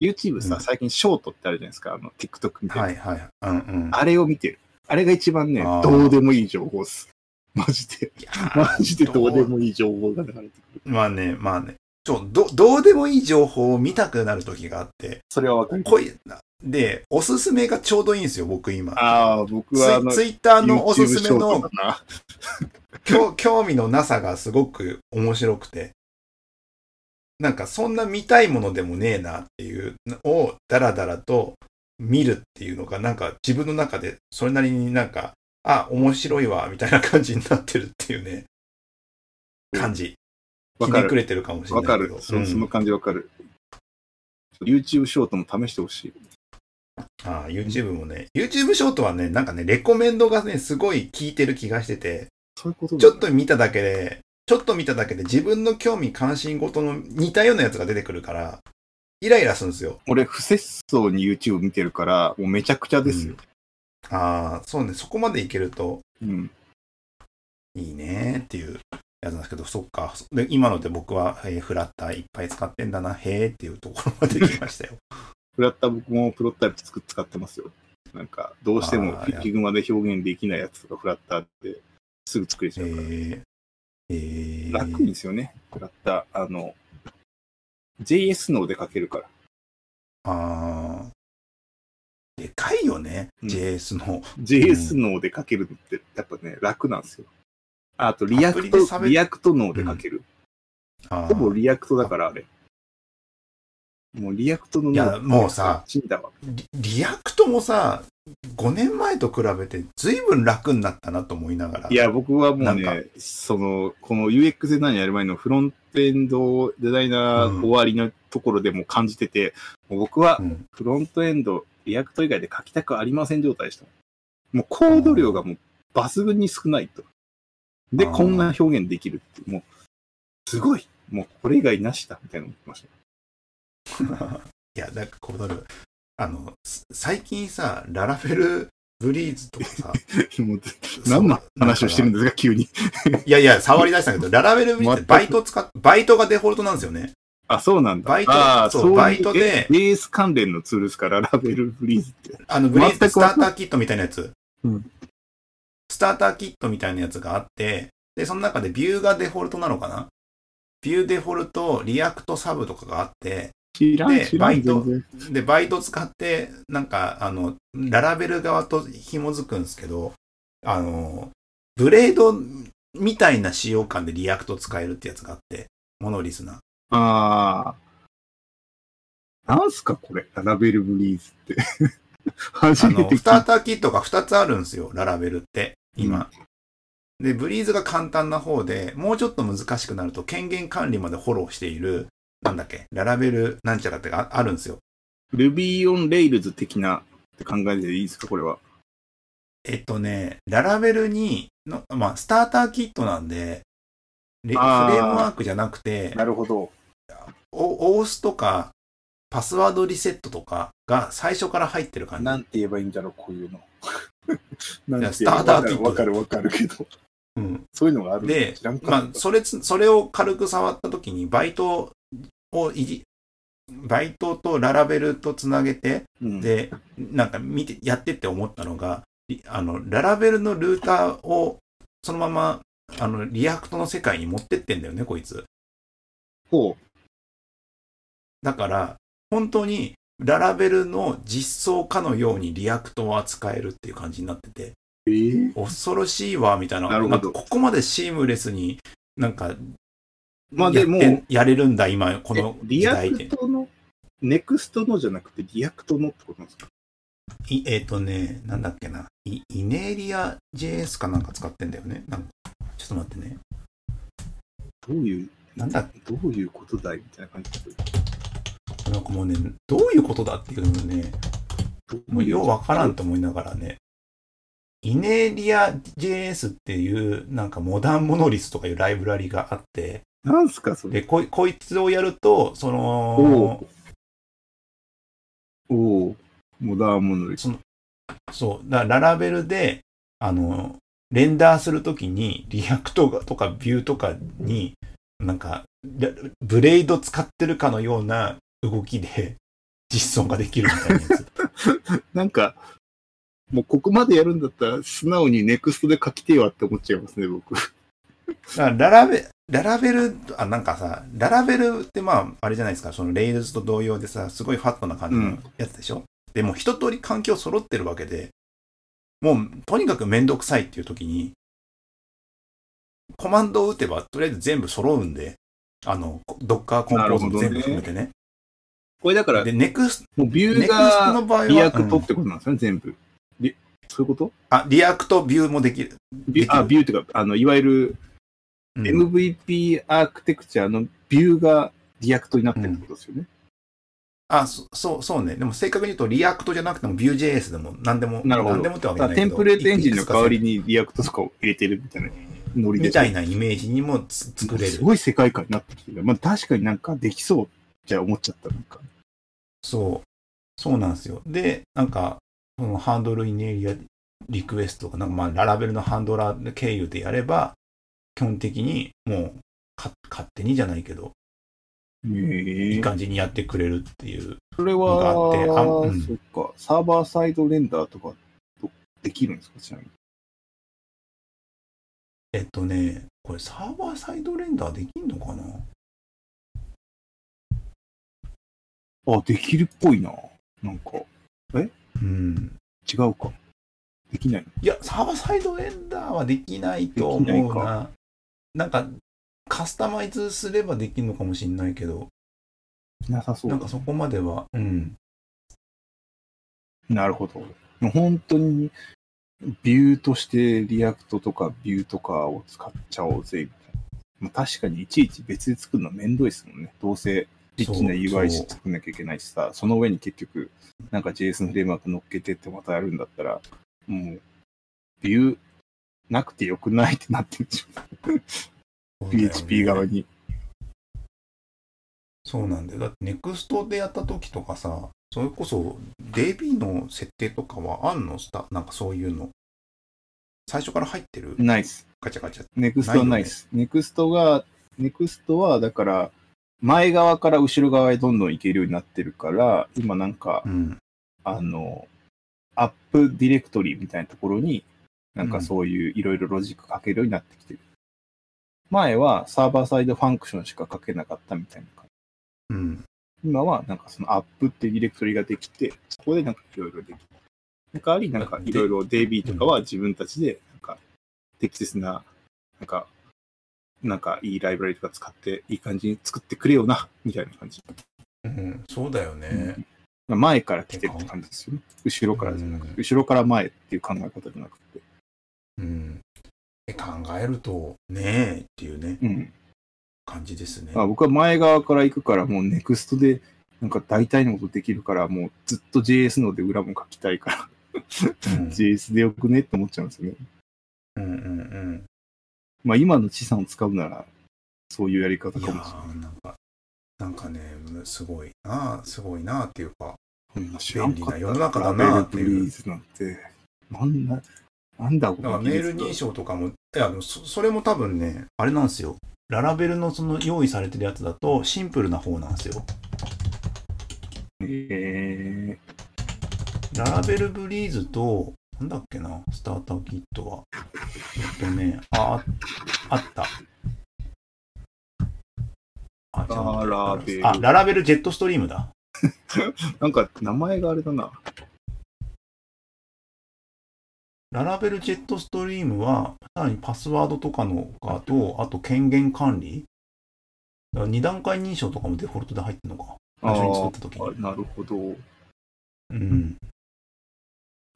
Speaker 2: YouTube さ、
Speaker 1: うん
Speaker 2: 最近ショートってあるじゃないですか、あの、TikTok みたいな。
Speaker 1: はいはい。うんうん。
Speaker 2: あれを見てる。あれが一番ね
Speaker 1: あー、
Speaker 2: どうでもいい情報っす。マジで、
Speaker 1: いやー
Speaker 2: マジでどうでもいい情報が流れてくる。
Speaker 1: まあね、まあね。ちょ、ど、どうでもいい情報を見たくなる時があって、
Speaker 2: それはわかる。
Speaker 1: こい、で、おすすめがちょうどいいんですよ、僕今。
Speaker 2: ああ、僕
Speaker 1: ツ
Speaker 2: はあの
Speaker 1: イ、ツイッター
Speaker 2: YouTube
Speaker 1: のおすすめ
Speaker 2: ショー
Speaker 1: の
Speaker 2: トだな
Speaker 1: 興興味のなさがすごく面白くて、なんかそんな見たいものでもねえなっていうのをダラダラと見るっていうのがなんか自分の中でそれなりになんか、あ、面白いわ、みたいな感じになってるっていうね、感じ。
Speaker 2: わ
Speaker 1: ひ
Speaker 2: か
Speaker 1: ね
Speaker 2: る
Speaker 1: く。れてるかもしれ
Speaker 2: わ
Speaker 1: な
Speaker 2: か
Speaker 1: いけ
Speaker 2: る
Speaker 1: ど。。
Speaker 2: その
Speaker 1: うん
Speaker 2: その感じわかる。YouTube ショートも試してほしい。
Speaker 1: ああ、YouTube もね、YouTube ショートはね、なんかね、レコメンドがね、すごい効いてる気がしてて、
Speaker 2: そういうこと
Speaker 1: ちょっと見ただけで、ちょっと見ただけで自分の興味関心ごとの似たようなやつが出てくるから、イライラするんですよ。
Speaker 2: 俺、不節操に YouTube 見てるから、もうめちゃくちゃですよ。
Speaker 1: ああ、そうね、そこまでいけると
Speaker 2: うん。
Speaker 1: いいねっていうやつなんですけど、そっか。で、今ので僕は、えーフラッターいっぱい使ってんだな、へえっていうところまで来ました よ。
Speaker 2: フラッタ僕もプロタイプ作っ使ってますよ。なんか、どうしても
Speaker 1: あーいや
Speaker 2: Figma で表現できないやつとか、フラッターってすぐ作れち
Speaker 1: へ
Speaker 2: ゃうから。
Speaker 1: えへえ
Speaker 2: 楽いんですよね、フラッター。あの、JS 脳で書けるから。
Speaker 1: ああ。でかいよね、
Speaker 2: うん
Speaker 1: JS の。
Speaker 2: JS 脳で書けるのって、やっぱね、楽なんですよ。あと、リアク
Speaker 1: アプリで差
Speaker 2: ト、
Speaker 1: 別
Speaker 2: リアクト脳で書ける。
Speaker 1: あー
Speaker 2: ほぼリアクトだから、あれ。もうリアクトの
Speaker 1: いやもうさ、
Speaker 2: 死んだわ。
Speaker 1: リリアクトもさ、5年前と比べて随分楽になったなと思いながら。
Speaker 2: いや、僕はもう
Speaker 1: なん
Speaker 2: ね、その、この UX デザインやる前のフロントエンドデザイナ
Speaker 1: うん
Speaker 2: ー終わりのところでも感じてて、もう僕は
Speaker 1: うん
Speaker 2: フロントエンド、リアクト以外で書きたくありません状態でした。もうコード量がもう抜群に少ないと。で、
Speaker 1: あー
Speaker 2: こんな表現できるって、もう、すごいもうこれ以外なしだみたいな思っ てました。
Speaker 1: いや、なんかこうなる。あの、す最近さ、ララフェルブリーズとかさ、
Speaker 2: もう 何の話をしてるん
Speaker 1: だ
Speaker 2: ですか、急に。
Speaker 1: いやいや、触り出したんだけど、ララフェルブリーズってバイト使っ、バイトがデフォルトなんですよね。
Speaker 2: あ、そうなんだ。
Speaker 1: バイト
Speaker 2: あー
Speaker 1: そう
Speaker 2: いう
Speaker 1: バイトで
Speaker 2: え JS 関連のツールですから、 ラベルブリーズって。
Speaker 1: あの、ブリーズって
Speaker 2: 全
Speaker 1: ス
Speaker 2: く
Speaker 1: タ
Speaker 2: わ
Speaker 1: ー
Speaker 2: かん
Speaker 1: タ
Speaker 2: な
Speaker 1: ーキットみたいなやつ。
Speaker 2: うん
Speaker 1: スターターキットみたいなやつがあって、で、その中でビューがデフォルトなのかなビューデフォルト、リアクトサブとかがあって、
Speaker 2: 知らん、
Speaker 1: で
Speaker 2: 知ら
Speaker 1: バ
Speaker 2: ん、
Speaker 1: イト
Speaker 2: 全然。
Speaker 1: で、バイト使って、なんか、あの、ララベル側と紐づくんですけど、あの、ブレードみたいな使用感でリアクト使えるってやつがあって、モノリスな。
Speaker 2: ああ。なんすか、これ。ラベルブリーズって。 初
Speaker 1: あ
Speaker 2: め
Speaker 1: の、
Speaker 2: て聞い
Speaker 1: スター
Speaker 2: た。
Speaker 1: ターキットが2つあるんですよ、ララベルって、今。で、ブリーズが簡単な方で、もうちょっと難しくなると、権限管理までフォローしている、なんだっけ、ララベルなんちゃらってがああるんですよ。
Speaker 2: Ruby on Rails 的なって考えていいですか、これは。
Speaker 1: えっとね、ララベルにの、まあ、スターターキットなんで、レフレ
Speaker 2: あー
Speaker 1: ームワークじゃなくて、
Speaker 2: るほど。
Speaker 1: おオースとか、パスワードリセットとかが最初から入ってる感じ。
Speaker 2: て言えばいいんだろう、こう いうの。
Speaker 1: いやスターターキット
Speaker 2: わかるわかるわかるけど。
Speaker 1: うん、
Speaker 2: そういうのがある
Speaker 1: で
Speaker 2: 知らんか
Speaker 1: まあ
Speaker 2: った
Speaker 1: それつ、それを軽く触った時に、バイトをいじバイトとララベルとつなげて、
Speaker 2: うん、
Speaker 1: で、なんか見て、やってって思ったのが、りあの、ララベルのルーターをそのまま、あの、リアクトの世界に持ってってんだよね、こいつ。
Speaker 2: こう、
Speaker 1: だから、本当にララベルの実装かのようにリアクトを扱えるっていう感じになってて、
Speaker 2: えー
Speaker 1: 恐ろしいわ、みたいな。
Speaker 2: なるほど
Speaker 1: んかここまでシームレスに、なんか、
Speaker 2: まあ
Speaker 1: や
Speaker 2: で
Speaker 1: って
Speaker 2: もう、
Speaker 1: やれるんだ、今、こ
Speaker 2: え
Speaker 1: の時
Speaker 2: リア
Speaker 1: 代
Speaker 2: ク
Speaker 1: で。
Speaker 2: トの、ネクストのじゃなくてリアクトのってことなんですか
Speaker 1: いえっ、とね、なんだっけな。イイネリア JS かなんか使ってんだよね。なんかちょっと待ってね。
Speaker 2: どういう、
Speaker 1: なんだっけ
Speaker 2: どういうことだいみたいな感じで。
Speaker 1: なんかもうね、どういうことだっていうのね、
Speaker 2: ど
Speaker 1: もうようわからんと思いながらね。イネリア JS っていう、なんかモダンモノリスとかいうライブラリがあって、
Speaker 2: なんすか、それ。
Speaker 1: で、こいこいつをやると、そ
Speaker 2: お
Speaker 1: の、
Speaker 2: おおモダンモノリス。
Speaker 1: そう、だララベルで、あの、レンダーするときに、リアクトがとかビューとかに、なんか、ラブレード使ってるかのような動きで実装ができるみたいなやつ。
Speaker 2: なんか、もうここまでやるんだったら、素直にネクストで書きてえわって思っちゃいますね、僕。
Speaker 1: だからララベ、ララベル、あ、なんかさ、ララベルってまあ、あれじゃないですか、そのレイルズと同様でさ、すごいファットな感じ
Speaker 2: う
Speaker 1: の
Speaker 2: ん
Speaker 1: やつでしょ、でもう一通り環境揃ってるわけで、もうとにかくめんどくさいっていう時に、コマンドを打てば、とりあえず全部揃うんで、あの、ドッカーコンポーズも全部含めてね。
Speaker 2: これだから、
Speaker 1: で、ネクス
Speaker 2: もうビ
Speaker 1: ト、
Speaker 2: ュ
Speaker 1: ネ
Speaker 2: ー
Speaker 1: クスト
Speaker 2: が
Speaker 1: の場合は、
Speaker 2: リアクト
Speaker 1: う
Speaker 2: っ
Speaker 1: ん
Speaker 2: てことなんですね、全部。リそういうこと
Speaker 1: あ、リアクトビューもできる。
Speaker 2: ビューあ、ビューっていうか、あの、いわゆる
Speaker 1: うん
Speaker 2: MVP アーキテクチャのビューがリアクトになってるってことですよね。
Speaker 1: あ、そそう、そうね。でも正確に言うと、リアクトじゃなくても、Vue.js でも何でも、
Speaker 2: なるほど
Speaker 1: 何でもってわけじゃ
Speaker 2: だ
Speaker 1: な
Speaker 2: か
Speaker 1: い
Speaker 2: ら
Speaker 1: け
Speaker 2: テ
Speaker 1: ど
Speaker 2: ンプレートエンジン
Speaker 1: い
Speaker 2: の
Speaker 1: くつか
Speaker 2: 代わりにリアクトとかを入れてるみたいなノリで
Speaker 1: みたいなイメージにもつ作れる
Speaker 2: す。ごい世界観になってきてる。まあ確かになんかできそうじゃ思っちゃった。なんか
Speaker 1: そう。そうなんですよ。で、なんか、このハンドルインエリアリクエストとか、なんかまあ、ララベルのハンドラー経由でやれば、基本的にもうか、勝手にじゃないけど、いい感じにやってくれるっていう。
Speaker 2: それ
Speaker 1: のがあってあ
Speaker 2: は、
Speaker 1: うん
Speaker 2: そっか、サーバーサイドレンダーとかとできるんですかちなみに。
Speaker 1: えっとね、これサーバーサイドレンダーできんのかな
Speaker 2: あ、できるっぽいな。なんか、
Speaker 1: うん。
Speaker 2: 違うか。できないの
Speaker 1: いや、サーバーサイドレンダーはできないと思
Speaker 2: で
Speaker 1: う
Speaker 2: きない
Speaker 1: な。なんか、カスタマイズすればできるのかもしれないけど、
Speaker 2: なさそう
Speaker 1: な
Speaker 2: だ
Speaker 1: んかそこまでは、うん。
Speaker 2: なるほど。もう本当に、ビューとしてリアクトとかビューとかを使っちゃおうぜ、みたいな。まあ、確かにいちいち別で作るのめんどいですもんね。どうせ、リッチな
Speaker 1: そう
Speaker 2: UI 作んなきゃいけないしさ、その上に結局、なんか JS のフレームワーク乗っけてってまたやるんだったら、もう、ビューなくてよくないってなってるでしょ。PHP 側に。
Speaker 1: そうなんだよ。だって、ネクストでやった時とかさ、それこそ DB の設定とかはあんのスタなんかそういうの。最初から入ってる
Speaker 2: ナイス。
Speaker 1: ガチャガチャ。
Speaker 2: ネクストはナイス。ネクストが、ネクストは、だから、前側から後ろ側へどんどん行けるようになってるから、今なんか
Speaker 1: う、ん。
Speaker 2: あの、アップディレクトリみたいなところに、なんかそういういろいろロジック書けるようになってきてる。前はサーバーサイドファンクションしか書けなかったみたいな感
Speaker 1: うん。
Speaker 2: じ。今はなんかそのアップっていうディレクトリができて、そこでなんかいろいろできる。代わりなんかいろいろ DB とかは自分たちでなんか適切な、なんか、なんかいいライブラリとか使っていい感じに作ってくれよな、みたいな感じ。
Speaker 1: うん、そうだよね。
Speaker 2: 前から来てるって感じですよね。後ろからじゃなくて、
Speaker 1: うん
Speaker 2: 後ろから前っていう考え方じゃなくて。
Speaker 1: うん。って考えると、ねえっていうね、
Speaker 2: うん。
Speaker 1: 感じですね。
Speaker 2: あ僕は前側から行くから、もうネクストで、なんか大体のことできるから、もうずっと JS ので裏も書きたいから、
Speaker 1: うん
Speaker 2: JS でよくねって思っちゃうんですよね。
Speaker 1: うんうんうん。
Speaker 2: まあ今の資産を使うなら、そういうやり方
Speaker 1: いや
Speaker 2: かもし
Speaker 1: ーなんか、なんかね、すごいなあすごいなあっていうか、
Speaker 2: れない。知ら
Speaker 1: 便
Speaker 2: ん
Speaker 1: 利
Speaker 2: かった
Speaker 1: な世の中だ
Speaker 2: ラベル
Speaker 1: なあって
Speaker 2: ブ
Speaker 1: いう
Speaker 2: リー。ズなんて、なんだ、なんだこ
Speaker 1: だか
Speaker 2: の
Speaker 1: らメ
Speaker 2: 技
Speaker 1: ール
Speaker 2: 術
Speaker 1: 認証とかも、いや、でもそそれも多分ね、あれなんですよ。ララベルのその用意されてるやつだとシンプルな方なんですよ。
Speaker 2: え
Speaker 1: ラーベルブリーズと、なんだっけな、スターターキットは。えっとね、あ、ああった。あ、じゃあ、
Speaker 2: ラーベル
Speaker 1: あ、ララベルジェットストリームだ。
Speaker 2: ー、なんか名前があれだな。
Speaker 1: ララベルジェットストリームは、さらにパスワードとかのかと、あと権限管理。だから二段階認証とかもデフォルトで入ってるのか。最初に作った時
Speaker 2: あ
Speaker 1: に。
Speaker 2: なるほど。
Speaker 1: うん。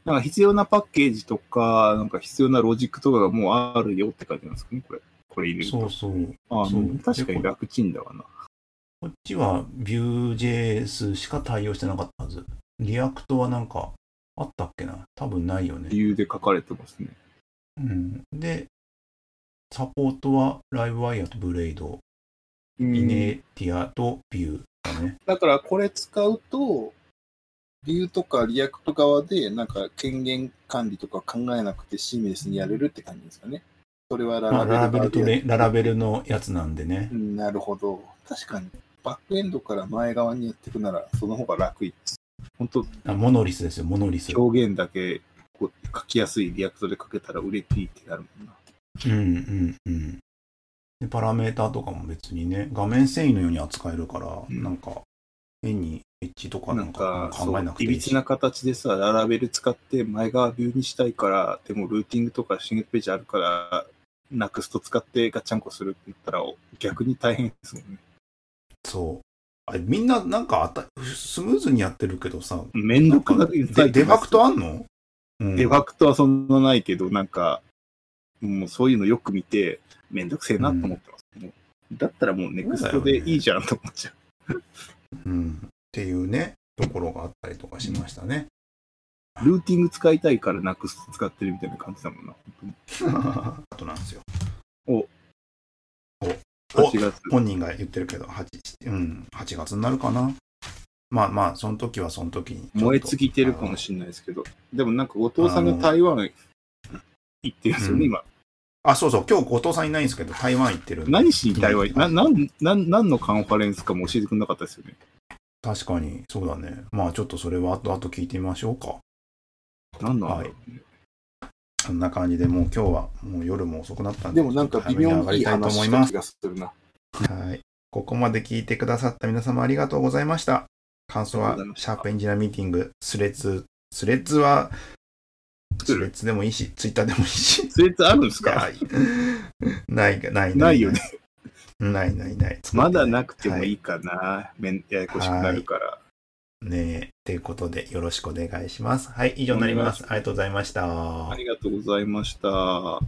Speaker 2: なんか必要なパッケージとか、なんか必要なロジックとかがもうあるよって感じなんですかね、これ。これ入れると。
Speaker 1: そうそう。
Speaker 2: ああ
Speaker 1: そう
Speaker 2: 確かに楽ちんだわな。
Speaker 1: こっちは Vue.js しか対応してなかったはず。リアクトはなんかあったっけな多分ないよね
Speaker 2: 理。由で書かれてますね。
Speaker 1: うん、で、サポートは LiveWire と Blade、
Speaker 2: うん
Speaker 1: イネティアと Vue だね。
Speaker 2: だからこれ使うと、理由とかリアクト側で、なんか権限管理とか考えなくてシームレスにやれるって感じですかね。それはラ
Speaker 1: まあ、ララベルとレララベ
Speaker 2: ル。
Speaker 1: ルのやつなんでね
Speaker 2: う。んなるほど。確かに、バックエンドから前側にやっていくなら、その方が楽いです。本当
Speaker 1: あモノリスですよ、モノリス。
Speaker 2: 表現だけこう書きやすいリアクトで書けたら売れていいってなるもんな。
Speaker 1: うんうんうん。で、パラメーターとかも別にね、画面繊維のように扱えるから、
Speaker 2: うん
Speaker 1: なんか、変にエッジとか
Speaker 2: な
Speaker 1: なんん
Speaker 2: か
Speaker 1: か、
Speaker 2: そ
Speaker 1: 考えな
Speaker 2: う
Speaker 1: くて
Speaker 2: い
Speaker 1: い
Speaker 2: び
Speaker 1: い
Speaker 2: つ
Speaker 1: し。
Speaker 2: な形でさ、ララベル使って前側ビューにしたいから、でもルーティングとかシングルページあるから、ナクスト使ってガッチャンコするって言ったら逆に大変ですもんね。
Speaker 1: そう。あれ、みんななんかあた、スムーズにやってるけどさ、
Speaker 2: めんどくなる。
Speaker 1: でデファクトあんの、うん
Speaker 2: デファクトはそんなないけど、なんか、もうそういうのよく見て、めんどくせえなと思ってます。もうだったらもうネクストでいいじゃんと思っちゃう。
Speaker 1: うんっていうね、ところがあったりとかしました ね。
Speaker 2: ルーティング使いたいからナクスト使ってるみたいな感じだもんな。
Speaker 1: あとなんですよ。お
Speaker 2: 8月。
Speaker 1: 本人が言ってるけど、8, うん、8月になるかな。まあまあ、その時はその時に。
Speaker 2: 燃え尽きてるかもしれないですけど、でもなんか後藤さんが台湾行ってるんですよね、
Speaker 1: うん
Speaker 2: 今。
Speaker 1: あ、そうそう、今日後藤さんいないんですけど、台湾行ってるんで。
Speaker 2: 何しに台湾な、なん、なん、何のカンファレンスかも教えてくれなかったですよね。
Speaker 1: 確かに、そうだね。まあちょっとそれは後々聞いてみましょうか。
Speaker 2: 何なんだろうね、
Speaker 1: そんな感じで、もう今日はもう夜も遅くなったんで、
Speaker 2: でもなんか微妙にいい話した気がするな。
Speaker 1: はい。ここまで聞いてくださった皆様ありがとうございました。感想
Speaker 2: あ
Speaker 1: は
Speaker 2: りがとうござい、まし
Speaker 1: シ
Speaker 2: た
Speaker 1: ャープエンジニアミーティング、スレッズ、スレッズは、
Speaker 2: 作
Speaker 1: ス
Speaker 2: る
Speaker 1: レッズでもいいし、ツイッターでもいいし。
Speaker 2: スレッズあるんです
Speaker 1: いや
Speaker 2: か
Speaker 1: ない、ない、ない。
Speaker 2: ないよね。。
Speaker 1: ない、ない、ない。
Speaker 2: まだなくてもい
Speaker 1: い。
Speaker 2: いかな。めんややこしくなるから。
Speaker 1: ねえ。ということで、よろしくお願いします。はい、以上になります。ありがとうございました。
Speaker 2: ありがとうございました。